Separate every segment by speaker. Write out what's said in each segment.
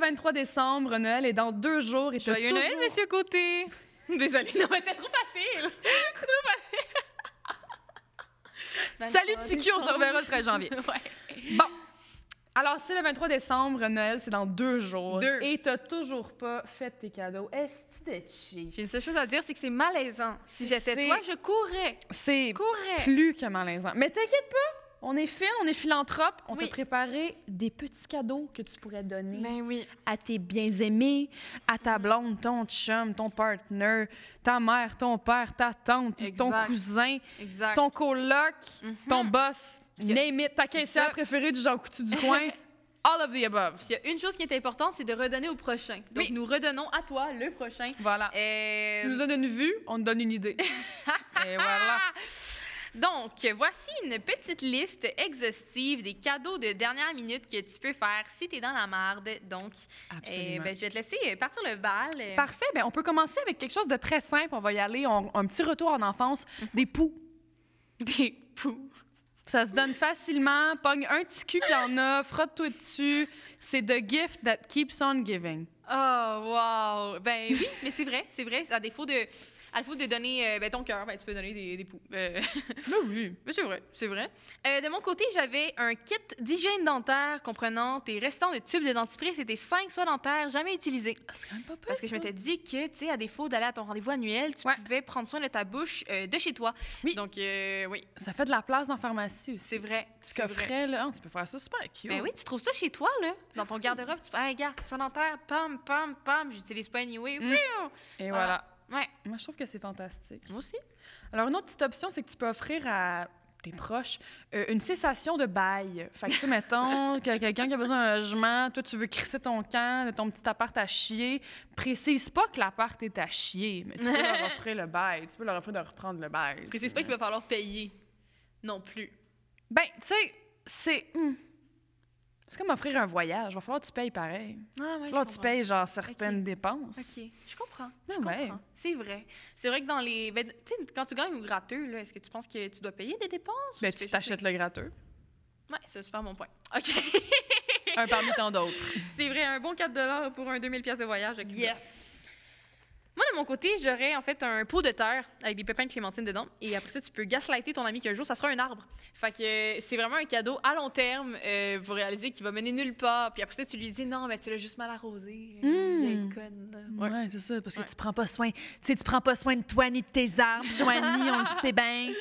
Speaker 1: 23 décembre, Noël est dans deux jours. Et t'as
Speaker 2: Joyeux Noël,
Speaker 1: toujours-
Speaker 2: Monsieur Côté! Désolée, non, mais c'était trop facile! Ben,
Speaker 1: Salut Tiki, on se reverra le 13 janvier. Bon. Alors, c'est le 23 décembre, Noël, c'est dans deux jours.
Speaker 2: Deux.
Speaker 1: Et t'as toujours pas fait tes cadeaux. Est-ce que
Speaker 2: J'ai une seule chose à dire, c'est que c'est malaisant. Si
Speaker 1: C'est-
Speaker 2: j'étais
Speaker 1: c'est-
Speaker 2: toi, je courrais!
Speaker 1: C'est
Speaker 2: Courrais!
Speaker 1: plus que malaisant. Mais t'inquiète pas, on est fine, on est philanthrope. On
Speaker 2: Oui.
Speaker 1: t'a préparé des petits cadeaux que tu pourrais donner
Speaker 2: Ben oui.
Speaker 1: à tes bien-aimés, à ta blonde, ton chum, ton partner, ta mère, ton père, ta tante, ton
Speaker 2: Exact.
Speaker 1: cousin,
Speaker 2: Exact.
Speaker 1: ton coloc,
Speaker 2: Mhm.
Speaker 1: ton boss,
Speaker 2: Puis y a-
Speaker 1: name it, ta
Speaker 2: c'est
Speaker 1: caissière
Speaker 2: ça.
Speaker 1: préférée du Jean Coutu du coin. All of the above.
Speaker 2: Puis il y a une chose qui est importante, c'est de redonner au prochain. Donc,
Speaker 1: Oui.
Speaker 2: nous redonnons à toi le prochain.
Speaker 1: Voilà.
Speaker 2: Euh,
Speaker 1: Tu nous donnes une vue, on te donne une idée. Et voilà.
Speaker 2: Ah! Donc, voici une petite liste exhaustive des cadeaux de dernière minute que tu peux faire si t'es dans la marde. Donc, euh, ben, je vais te laisser euh, partir le bal. Euh,
Speaker 1: Eh Parfait. Ben, on peut commencer avec quelque chose de très simple. On va y aller. On- un petit retour en enfance.
Speaker 2: Mhm.
Speaker 1: Des poux.
Speaker 2: Des poux.
Speaker 1: Ça se donne facilement. Pogne un petit cul qu'il y en a. Frotte-toi dessus. C'est the gift that keeps on giving.
Speaker 2: Oh, wow! Ben oui, mais c'est vrai, c'est vrai. À défaut de, à défaut de donner euh, ben, ton cœur, ben, tu peux donner des, des poux. Euh,
Speaker 1: oui.
Speaker 2: Mais c'est vrai, c'est vrai. Euh, de mon côté, j'avais un kit d'hygiène dentaire comprenant tes restants de tubes de dentifrice et tes cinq soies dentaires jamais utilisées.
Speaker 1: C'est quand même pas pire,
Speaker 2: Parce que je
Speaker 1: ça.
Speaker 2: m'étais dit que, tu sais, à défaut d'aller à ton rendez-vous annuel, tu
Speaker 1: Ouais.
Speaker 2: pouvais prendre soin de ta bouche euh, de chez toi.
Speaker 1: Oui.
Speaker 2: Donc, euh, oui,
Speaker 1: Ça fait de la place dans la pharmacie aussi.
Speaker 2: c'est vrai.
Speaker 1: Petit
Speaker 2: c'est vrai.
Speaker 1: coffret, là. Ah, tu peux faire ça super cute.
Speaker 2: Ben oui, tu trouves ça chez toi, là, dans ton garde-robe. Tu fais, hey, gars, soie dentaire, pam, pam, pam, j'utilise pas anyway.
Speaker 1: Mm. Et voilà.
Speaker 2: Ouais.
Speaker 1: Moi, je trouve que c'est fantastique.
Speaker 2: Moi aussi.
Speaker 1: Alors, une autre petite option, c'est que tu peux offrir à tes proches euh, une cessation de bail. Fait que, tu sais, mettons, que quelqu'un qui a besoin d'un logement, toi, tu veux crisser ton camp de ton petit appart à chier, précise pas que l'appart est à chier, mais tu peux leur offrir le bail. Tu peux leur offrir de reprendre le bail.
Speaker 2: Précise pas qu'il va falloir payer non plus.
Speaker 1: Ben, tu sais, c'est... hmm. C'est comme offrir un voyage. Il va falloir que tu payes pareil.
Speaker 2: Ah, ouais,
Speaker 1: Il va falloir que tu payes, genre, certaines
Speaker 2: Ok.
Speaker 1: dépenses.
Speaker 2: OK, je comprends.
Speaker 1: Ben
Speaker 2: Je
Speaker 1: ouais.
Speaker 2: comprends. C'est vrai. C'est vrai que dans les. ben, tu sais, quand tu gagnes au gratteux, là, est-ce que tu penses que tu dois payer des dépenses? ou
Speaker 1: Ben,
Speaker 2: tu fais
Speaker 1: tu
Speaker 2: juste-
Speaker 1: t'achètes le gratteux.
Speaker 2: Ouais, c'est un super bon point. OK.
Speaker 1: un parmi tant d'autres.
Speaker 2: c'est vrai, un bon 4 pour un 2000 pièces de voyage. à Cuba.
Speaker 1: Yes!
Speaker 2: Moi, de mon côté, j'aurais en fait un pot de terre avec des pépins de clémentine dedans. Et après ça, tu peux gaslighter ton ami qu'un jour, ça sera un arbre. Fait que euh, c'est vraiment un cadeau à long terme euh, pour réaliser qu'il va mener nulle part. Puis après ça, tu lui dis non, mais tu l'as juste mal arrosé.
Speaker 1: Mmh.
Speaker 3: Hmm.
Speaker 2: vieille conne.
Speaker 3: Ouais,
Speaker 2: Ouais.
Speaker 3: c'est ça, parce
Speaker 2: Ouais.
Speaker 3: que tu prends pas soin. Tu sais, tu prends pas soin de toi ni de tes arbres, Joanie, on le sait bien.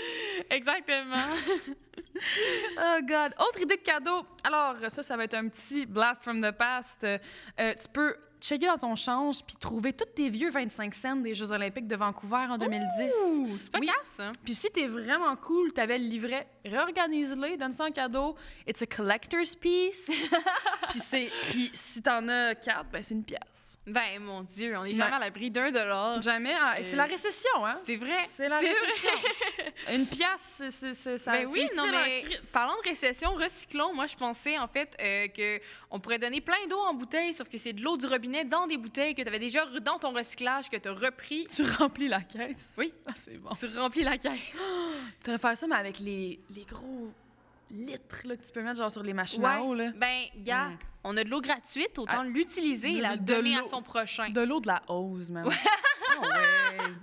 Speaker 2: Exactement.
Speaker 1: Oh God! Autre idée de cadeau. Alors, ça, ça va être un petit blast from the past. Euh, euh, tu peux checker dans ton change puis trouver tous tes vieux 25 cents des Jeux olympiques de Vancouver en 2010.
Speaker 2: Ouh, c'est pas
Speaker 1: Oui.
Speaker 2: grave, ça.
Speaker 1: Puis si t'es vraiment cool, t'avais le livret, réorganise-le, donne ça en cadeau. It's a collector's piece. puis, c'est- puis si t'en as quatre, ben c'est une pièce.
Speaker 2: Ben, mon Dieu, on est
Speaker 1: Ouais.
Speaker 2: jamais à l'abri d'un dollar.
Speaker 1: Jamais. ah, et
Speaker 3: Euh,
Speaker 1: c'est la récession, hein?
Speaker 2: C'est vrai.
Speaker 1: C'est la
Speaker 2: vrai.
Speaker 1: récession. Une pièce, c'est- c'est c'est- ça.
Speaker 2: Ben
Speaker 1: c'est
Speaker 2: oui, non,
Speaker 1: utile en
Speaker 2: mais
Speaker 1: crise.
Speaker 2: parlant de récession, recyclons, moi, je pensais, en fait, euh, que on pourrait donner plein d'eau en bouteille, sauf que c'est de l'eau du robinet dans des bouteilles que tu avais déjà re- dans ton recyclage, que tu as repris.
Speaker 1: Tu remplis la caisse.
Speaker 2: Oui.
Speaker 1: Ah, c'est bon.
Speaker 2: Tu remplis la caisse.
Speaker 1: Tu devrais faire ça, mais avec les, les gros litres là, que tu peux mettre genre sur les machines à
Speaker 2: Ouais.
Speaker 1: eau. Là.
Speaker 2: Ben, gars,
Speaker 1: Mm.
Speaker 2: on a de l'eau gratuite, autant
Speaker 1: Ah,
Speaker 2: l'utiliser et
Speaker 1: de-
Speaker 2: la
Speaker 1: de
Speaker 2: donner à
Speaker 1: l'eau.
Speaker 2: son prochain.
Speaker 1: De l'eau de la hausse, même. Ah ouais.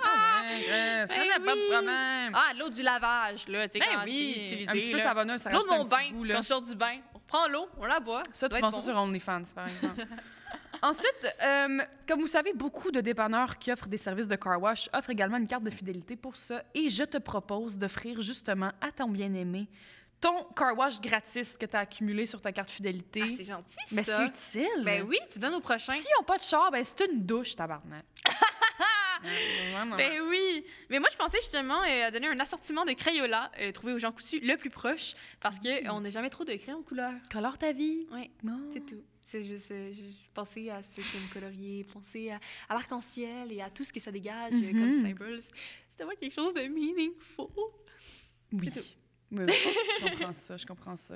Speaker 1: Ah ouais. Chris, ça
Speaker 2: Ben
Speaker 1: n'a pas de
Speaker 2: oui.
Speaker 1: problème.
Speaker 2: Ah, de l'eau du lavage, là, tu sais,
Speaker 1: ben
Speaker 2: quand c'est
Speaker 1: oui.
Speaker 2: utilisé,
Speaker 1: Un petit peu
Speaker 2: là.
Speaker 1: savonneux, ça
Speaker 2: L'eau de
Speaker 1: rajoute
Speaker 2: mon
Speaker 1: un petit
Speaker 2: bain,
Speaker 1: goût,
Speaker 2: quand
Speaker 1: là.
Speaker 2: je sors du bain, on prend l'eau, on la boit.
Speaker 1: Ça,
Speaker 2: doit
Speaker 1: tu
Speaker 2: être
Speaker 1: vends
Speaker 2: bon,
Speaker 1: ça sur OnlyFans, par exemple. Ensuite, euh, comme vous savez, beaucoup de dépanneurs qui offrent des services de car wash offrent également une carte de fidélité pour ça. Et je te propose d'offrir justement à ton bien-aimé ton car wash gratis que tu as accumulé sur ta carte
Speaker 2: Ah,
Speaker 1: fidélité.
Speaker 2: c'est gentil,
Speaker 1: mais c'est
Speaker 2: ça.
Speaker 1: utile.
Speaker 2: Ben oui, tu donnes au prochain.
Speaker 1: S'ils n'ont pas de char, ben c'est une douche, tabarnak. Ouais, vraiment.
Speaker 2: Ben oui! Mais moi, je pensais justement euh, à donner un assortiment de Crayola euh, trouvé aux gens coutus le plus proche parce
Speaker 1: Mm.
Speaker 2: qu'on on n'a jamais trop de crayons de couleur.
Speaker 3: Colore ta vie.
Speaker 2: Ouais.
Speaker 3: Non.
Speaker 2: C'est tout. C'est juste euh, je- penser à ceux qui aiment colorier, penser à, à l'arc-en-ciel et à tout ce que ça dégage euh, comme
Speaker 1: Mhm.
Speaker 2: symboles. C'est vraiment quelque chose de meaningful.
Speaker 3: Oui.
Speaker 1: Oui, oui, je comprends ça, je comprends ça.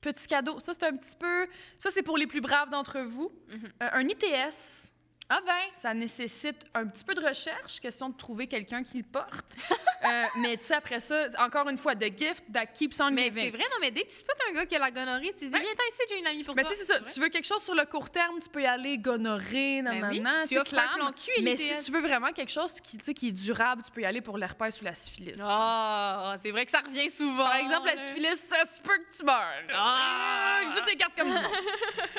Speaker 1: Petit cadeau, ça c'est un petit peu... Ça c'est pour les plus braves d'entre vous.
Speaker 2: Mhm.
Speaker 1: Euh, un ITS,
Speaker 2: Ah ben,
Speaker 1: Ça nécessite un petit peu de recherche, question de trouver quelqu'un qui le porte. Euh, mais tu sais, après ça, encore une fois, the gift that keeps on
Speaker 2: mais c'est
Speaker 1: giving.
Speaker 2: vrai, non, mais dès que tu spot un gars qui a la gonorrhée, tu dis,
Speaker 1: Ouais.
Speaker 2: viens, t'as ici, j'ai une amie pour
Speaker 1: Mais
Speaker 2: toi.
Speaker 1: tu sais, c'est ça.
Speaker 2: vrai.
Speaker 1: Tu veux quelque chose sur le court terme, tu peux y aller gonorrhée,
Speaker 2: Ben
Speaker 1: nanana,
Speaker 2: oui,
Speaker 1: tu
Speaker 2: tu
Speaker 1: sais,
Speaker 2: offres un
Speaker 1: clame.
Speaker 2: plan cul et
Speaker 1: Mais
Speaker 2: l'ITS.
Speaker 1: si tu veux vraiment quelque chose qui, tu sais, qui est durable, tu peux y aller pour l'herpès ou la syphilis.
Speaker 2: Ah, c'est vrai que ça revient souvent.
Speaker 1: Par exemple, la
Speaker 2: là.
Speaker 1: syphilis, ça se peut que tu meurs.
Speaker 2: Ah!
Speaker 1: Ah, que je t'écarte comme ça.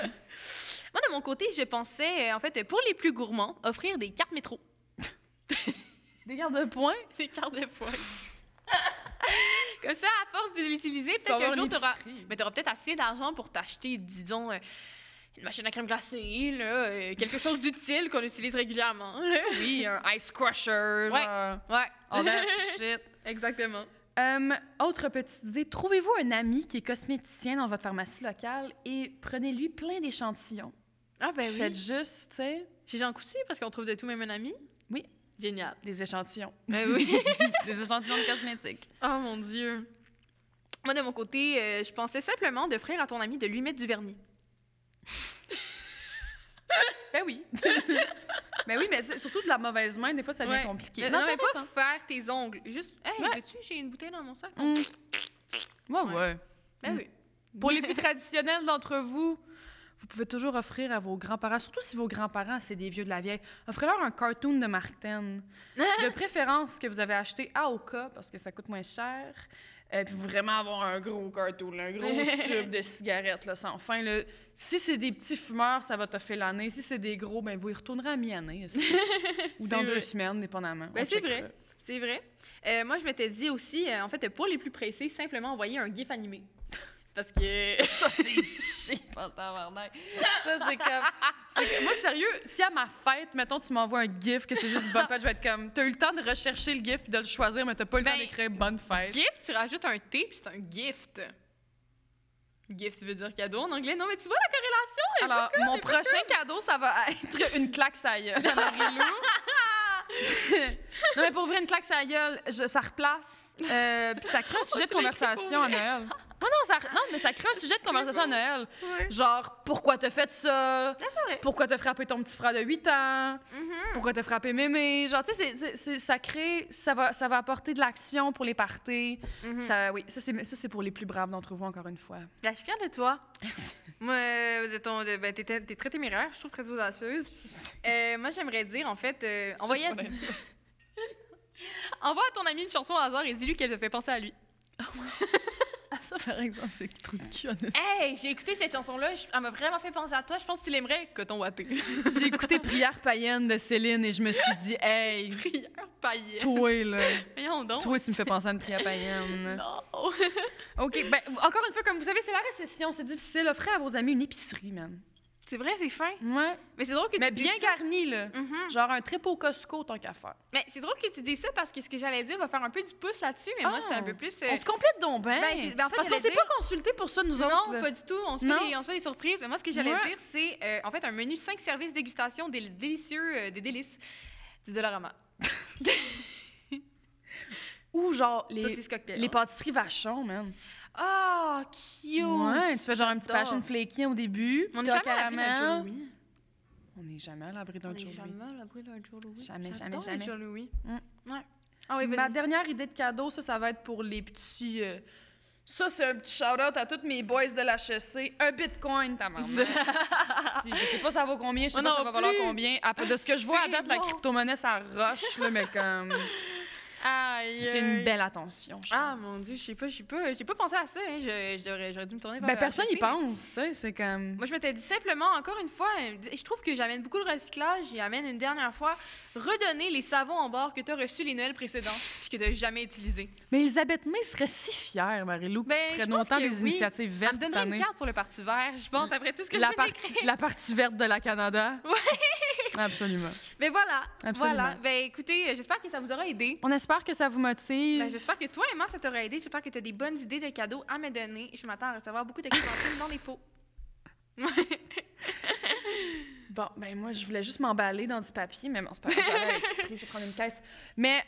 Speaker 2: Moi, de mon côté, je pensais, euh, en fait, pour les plus gourmands, offrir des cartes métro.
Speaker 1: Des gardes de points,
Speaker 2: Des cartes de points. Comme ça, à force de l'utiliser,
Speaker 1: tu vas
Speaker 2: peut-être
Speaker 1: avoir
Speaker 2: qu'un
Speaker 1: une
Speaker 2: jour, t'auras...
Speaker 1: épicerie.
Speaker 2: Mais t'auras peut-être assez d'argent pour t'acheter, disons, euh, une machine à crème glacée, là, euh, quelque chose d'utile qu'on utilise régulièrement. là.
Speaker 1: Oui, un ice crusher,
Speaker 2: Ouais.
Speaker 1: genre,
Speaker 2: ouais.
Speaker 1: all that shit.
Speaker 2: Exactement.
Speaker 1: Hum, autre petite idée, trouvez-vous un ami qui est cosméticien dans votre pharmacie locale et prenez-lui plein d'échantillons.
Speaker 2: Ah ben
Speaker 1: Faites
Speaker 2: oui.
Speaker 1: juste, tu sais,
Speaker 2: Chez Jean Coutu, parce qu'on trouve de tout même un ami.
Speaker 1: Oui.
Speaker 2: Génial.
Speaker 1: des échantillons.
Speaker 2: Ben oui.
Speaker 1: des échantillons de cosmétiques.
Speaker 2: oh mon Dieu. Moi, de mon côté, euh, je pensais simplement d'offrir à ton ami de lui mettre du vernis.
Speaker 1: Ben oui. ben oui, mais c'est surtout de la mauvaise main, des fois, ça devient
Speaker 2: Ouais.
Speaker 1: compliqué.
Speaker 2: Mais Euh, non, mais pas faire tes ongles. Juste, hey,
Speaker 1: Ouais.
Speaker 2: veux-tu, j'ai une bouteille dans mon sac.
Speaker 1: Mm. Ouais,
Speaker 2: Ouais.
Speaker 1: ouais.
Speaker 2: Ben
Speaker 1: Mm.
Speaker 2: oui.
Speaker 1: Pour les plus traditionnels d'entre vous, vous pouvez toujours offrir à vos grands-parents, surtout si vos grands-parents, c'est des vieux de la vieille, offrez-leur un cartoon de Martin. de préférence que vous avez acheté à Oka, parce que ça coûte moins cher. Euh, puis vraiment avoir un gros cartoon, là, un gros tube de cigarettes là, sans fin. là. Si c'est des petits fumeurs, ça va te faire l'année. Si c'est des gros, ben vous y retournerez à mi-année. aussi. Ou dans
Speaker 2: C'est
Speaker 1: deux
Speaker 2: vrai.
Speaker 1: semaines, dépendamment.
Speaker 2: Ben,
Speaker 1: On
Speaker 2: c'est
Speaker 1: checkera.
Speaker 2: vrai. C'est vrai. Euh, moi, je m'étais dit aussi, euh, en fait, pour les plus pressés, simplement envoyer un gif animé. Parce que.
Speaker 1: Ça, c'est cheap en tabarnak. Ça, c'est comme... c'est que- Moi, sérieux, si à ma fête, mettons, tu m'envoies un gif que c'est juste bonne fête, je vais être comme... T'as eu le temps de rechercher le gif puis de le choisir, mais t'as pas eu le
Speaker 2: Ben,
Speaker 1: temps d'écrire bonne fête.
Speaker 2: Gift, tu rajoutes un T, puis c'est un gift. Gift veut dire cadeau en anglais. Non, mais tu vois la corrélation? elle est
Speaker 1: Alors,
Speaker 2: pas
Speaker 1: mon prochain cadeau, ça va être une claque sa gueule à Marie-Lou. non, mais pour vrai, une claque sa gueule, je- ça replace. euh, puis ça crée un sujet de
Speaker 2: dirait que c'est
Speaker 1: conversation
Speaker 2: pour
Speaker 1: à Noël. Non, non, ça, non, mais ça crée un sujet de conversation à Noël.
Speaker 2: Ouais.
Speaker 1: Genre, pourquoi t'as fait ça?
Speaker 2: c'est vrai.
Speaker 1: Pourquoi t'as frappé ton petit frère de 8 ans?
Speaker 2: Mhm.
Speaker 1: Pourquoi t'as frappé mémé? Genre, tu sais, c'est- c'est- c'est- ça crée, ça va, ça va apporter de l'action pour les parties.
Speaker 2: Mhm.
Speaker 1: Ça, oui, ça, c'est ça, c'est pour les plus braves d'entre vous, encore une fois.
Speaker 2: Ben, je suis fière de toi.
Speaker 1: Merci.
Speaker 2: Moi, euh, de ton, de- ben, t'es, t'es très téméraire, je trouve très audacieuse. Euh, moi, j'aimerais dire, en fait, euh,
Speaker 1: Ça,
Speaker 2: envoyer
Speaker 1: c'est
Speaker 2: à-
Speaker 1: pas vrai.
Speaker 2: envoie à ton ami une chanson au hasard et dis-lui qu'elle te fait penser à lui.
Speaker 1: Ça, par exemple, c'est le truc de cul, honnêtement.
Speaker 2: Hey, j'ai écouté cette chanson-là, je- elle m'a vraiment fait penser à toi. Je pense que tu l'aimerais, coton watté.
Speaker 1: J'ai écouté Prière païenne de Céline et je me suis dit, hey,
Speaker 2: Prière paillette.
Speaker 1: toi, là,
Speaker 2: Voyons donc.
Speaker 1: toi, tu me fais penser à une prière païenne.
Speaker 2: Non.
Speaker 1: OK, ben, encore une fois, comme vous savez, c'est la récession, c'est difficile. Offrez à vos amis une épicerie, man.
Speaker 2: C'est vrai, c'est fin.
Speaker 1: Ouais.
Speaker 2: Mais c'est drôle que
Speaker 1: Mais
Speaker 2: tu
Speaker 1: bien
Speaker 2: dises ça.
Speaker 1: garni, là.
Speaker 2: Mhm.
Speaker 1: Genre un trip au Costco, tant qu'à faire.
Speaker 2: Mais c'est drôle que tu dises ça parce que ce que j'allais dire va faire un peu du pouce là-dessus, mais moi,
Speaker 1: Oh.
Speaker 2: c'est un peu plus. euh,
Speaker 1: On se complète donc, ben.
Speaker 2: Ben, c'est- ben, en fait,
Speaker 1: Parce qu'on
Speaker 2: j'allais
Speaker 1: s'est
Speaker 2: dire-
Speaker 1: pas consulté pour ça, nous autres.
Speaker 2: non,
Speaker 1: là.
Speaker 2: pas du tout. On se, fait
Speaker 1: Non.
Speaker 2: des, on se fait des surprises. Mais moi, ce que j'allais
Speaker 1: Ouais.
Speaker 2: dire, c'est euh, en fait un menu 5 services dégustation des délicieux, euh, des délices du Dollarama.
Speaker 1: Ou genre les,
Speaker 2: Saucisse cocktail.
Speaker 1: les pâtisseries vachon, man.
Speaker 2: Ah, cute!
Speaker 1: Ouais, tu fais genre un petit
Speaker 2: j'adore.
Speaker 1: passion flaky au début.
Speaker 2: On
Speaker 1: petit
Speaker 2: n'est
Speaker 1: au
Speaker 2: jamais à l'abri d'un
Speaker 1: caramel.
Speaker 2: Joe Louis.
Speaker 1: On n'est jamais à l'abri
Speaker 2: On
Speaker 1: d'un
Speaker 2: n'est
Speaker 1: Joe Louis.
Speaker 2: jamais à l'abri d'un Joe Louis.
Speaker 1: Jamais, jamais,
Speaker 2: J'adore les
Speaker 1: jamais.
Speaker 2: Joe Louis.
Speaker 1: Mm.
Speaker 2: Ouais. Ah oui,
Speaker 1: Ma
Speaker 2: vas-y.
Speaker 1: dernière idée de cadeau, ça, ça va être pour les petits. euh, Ça, c'est un petit shout-out à tous mes boys de l'HEC. Un bitcoin, ta maman. si, je sais pas ça vaut combien, je sais
Speaker 2: Oh
Speaker 1: pas ça
Speaker 2: non
Speaker 1: va valoir
Speaker 2: plus.
Speaker 1: combien. Après, de ce que je vois à
Speaker 2: C'est
Speaker 1: date, la
Speaker 2: bon.
Speaker 1: crypto-monnaie, ça roche, là, mais comme.
Speaker 2: Aïe,
Speaker 1: C'est une
Speaker 2: aïe.
Speaker 1: belle attention, je
Speaker 2: Ah
Speaker 1: pense.
Speaker 2: mon dieu, je sais pas, je sais pas, j'ai pas pensé à ça. Hein. Je- je devrais- J'aurais dû me tourner vers.
Speaker 1: Ben,
Speaker 2: le
Speaker 1: personne y
Speaker 2: HEC, mais-
Speaker 1: pense, tu sais, c'est comme.
Speaker 2: Moi, je m'étais dit simplement, encore une fois, hein, je trouve que j'amène beaucoup le recyclage, j'y amène une dernière fois, redonner les savons en bord que tu as reçus les Noëls précédents puis que tu n'as jamais utilisés.
Speaker 1: Mais Elisabeth May serait si fière, Marie-Lou, que
Speaker 2: Ben,
Speaker 1: tu
Speaker 2: je
Speaker 1: prennes
Speaker 2: pense
Speaker 1: autant
Speaker 2: que
Speaker 1: des
Speaker 2: oui.
Speaker 1: initiatives
Speaker 2: Elle me
Speaker 1: vertes cette
Speaker 2: donnerait une
Speaker 1: année.
Speaker 2: carte pour le Parti vert, je pense, après tout ce que
Speaker 1: La
Speaker 2: je viens
Speaker 1: partie,
Speaker 2: d'écrire.
Speaker 1: la partie verte de la Canada.
Speaker 2: Ouais.
Speaker 1: Absolument.
Speaker 2: Mais voilà,
Speaker 1: Absolument.
Speaker 2: voilà. Ben écoutez, euh, j'espère que ça vous aura aidé.
Speaker 1: On espère que ça vous motive.
Speaker 2: Ben, j'espère que toi, Emma, ça t'aura aidé. J'espère que tu as des bonnes idées de cadeaux à me donner. Je m'attends à recevoir beaucoup de clientèle dans les pots.
Speaker 1: Bon, ben moi, je voulais juste m'emballer dans du papier, mais bon, c'est pas grave, j'allais à l'épicerie, je vais prendre une caisse. Mais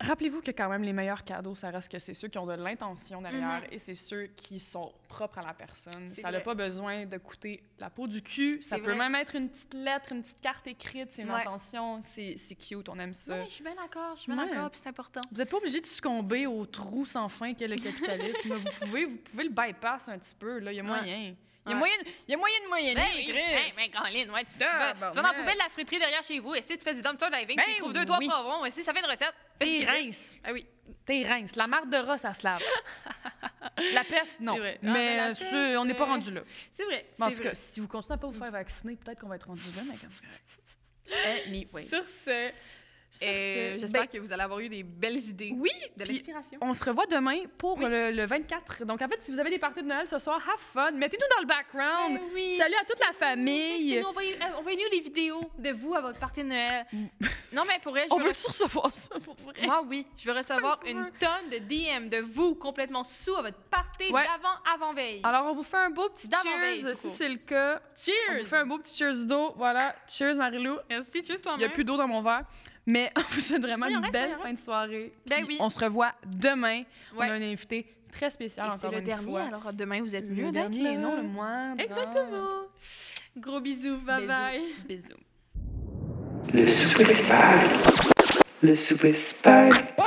Speaker 1: Rappelez-vous que quand même les meilleurs cadeaux, ça reste que c'est ceux qui ont de l'intention derrière et c'est ceux qui sont propres à la personne.
Speaker 2: Mhm. C'est
Speaker 1: Ça n'a
Speaker 2: vrai.
Speaker 1: pas besoin de coûter la peau du cul. Ça
Speaker 2: C'est
Speaker 1: peut
Speaker 2: vrai.
Speaker 1: même être une petite lettre, une petite carte écrite, c'est une
Speaker 3: Ouais.
Speaker 1: intention, c'est c'est cute, on aime ça.
Speaker 2: Ouais, je suis bien d'accord, je suis bien
Speaker 1: Ouais.
Speaker 2: d'accord, puis c'est important.
Speaker 1: Vous n'êtes pas obligé de succomber au trou sans fin qu'est le capitalisme. là. vous, pouvez, vous pouvez le bypass un petit peu, là. il y a moyen. Il y a
Speaker 2: Ouais.
Speaker 1: moyen, il y a moyen de moyenner,
Speaker 2: Ben oui, ben,
Speaker 1: Chris.
Speaker 2: ben, Colin, ouais, tu, tu vas,
Speaker 1: Tabarnak.
Speaker 2: tu vas dans la poubelle de la friterie derrière chez vous, est-ce que tu fais du dumpster diving,
Speaker 1: Ben
Speaker 2: tu trouves deux, trois
Speaker 1: oui.
Speaker 2: poivrons, est-ce que ça fait une recette? Fais du
Speaker 1: T'es
Speaker 2: grillé.
Speaker 1: rince,
Speaker 2: Ah oui,
Speaker 1: t'es rince. La marque de rat, ça se lave. la peste, non.
Speaker 2: C'est vrai. Ah, mais
Speaker 1: Mais
Speaker 2: la
Speaker 1: euh,
Speaker 2: peste,
Speaker 1: ce- on n'est pas
Speaker 2: euh,
Speaker 1: rendu là.
Speaker 2: c'est vrai.
Speaker 1: Mais en
Speaker 2: c'est
Speaker 1: tout
Speaker 2: vrai.
Speaker 1: cas, si vous continuez à pas vous faire vacciner, peut-être qu'on va être rendu là, mais comme Anyways.
Speaker 2: Sur ce,
Speaker 1: Sur
Speaker 2: euh,
Speaker 1: ce,
Speaker 2: j'espère
Speaker 1: ben,
Speaker 2: que vous allez avoir eu des belles idées.
Speaker 1: Oui,
Speaker 2: de
Speaker 1: puis-
Speaker 2: l'inspiration.
Speaker 1: on se revoit demain pour
Speaker 2: Oui.
Speaker 1: le, le 24. Donc, en fait, si vous avez des parties de Noël ce soir, have fun. Mettez-nous dans le background.
Speaker 2: Ben oui.
Speaker 1: Salut à toute la famille.
Speaker 2: Textez-nous, envoyez- euh, Envoyez-nous des vidéos de vous à votre partie de Noël. Non, mais pour vrai, je veux rece-
Speaker 1: recevoir ça?
Speaker 2: Moi, oui, je veux recevoir
Speaker 1: petit
Speaker 2: une tonne de DM de vous complètement sous à votre partie
Speaker 1: Ouais.
Speaker 2: d'avant-avant-veille.
Speaker 1: Alors, on vous fait un beau petit
Speaker 2: D'avant-veille,
Speaker 1: cheers,
Speaker 2: tout
Speaker 1: si
Speaker 2: court.
Speaker 1: c'est le cas. On vous fait
Speaker 2: cheers!
Speaker 1: un beau petit cheers d'eau. Voilà, cheers, Marilou.
Speaker 2: Merci, cheers
Speaker 1: Il n'y
Speaker 2: toi-même.
Speaker 1: a plus d'eau dans mon verre. Mais on vous souhaite vraiment
Speaker 2: Oui, il en
Speaker 1: une
Speaker 2: reste, il
Speaker 1: belle
Speaker 2: en
Speaker 1: fin de soirée.
Speaker 2: Ben
Speaker 1: Puis
Speaker 2: oui.
Speaker 1: On se revoit demain. On
Speaker 2: Ouais.
Speaker 1: a un invité très spécial
Speaker 2: Et c'est
Speaker 1: encore
Speaker 2: le
Speaker 1: une
Speaker 2: dernier,
Speaker 1: fois.
Speaker 2: alors demain, vous êtes mieux
Speaker 1: Le
Speaker 2: d'être
Speaker 1: dernier
Speaker 2: là.
Speaker 1: et non le moindre.
Speaker 2: Exactement. Gros bisous,
Speaker 1: Bisous.
Speaker 2: bye-bye.
Speaker 1: Bisous.
Speaker 4: Le Super Spy. Le Super Spy.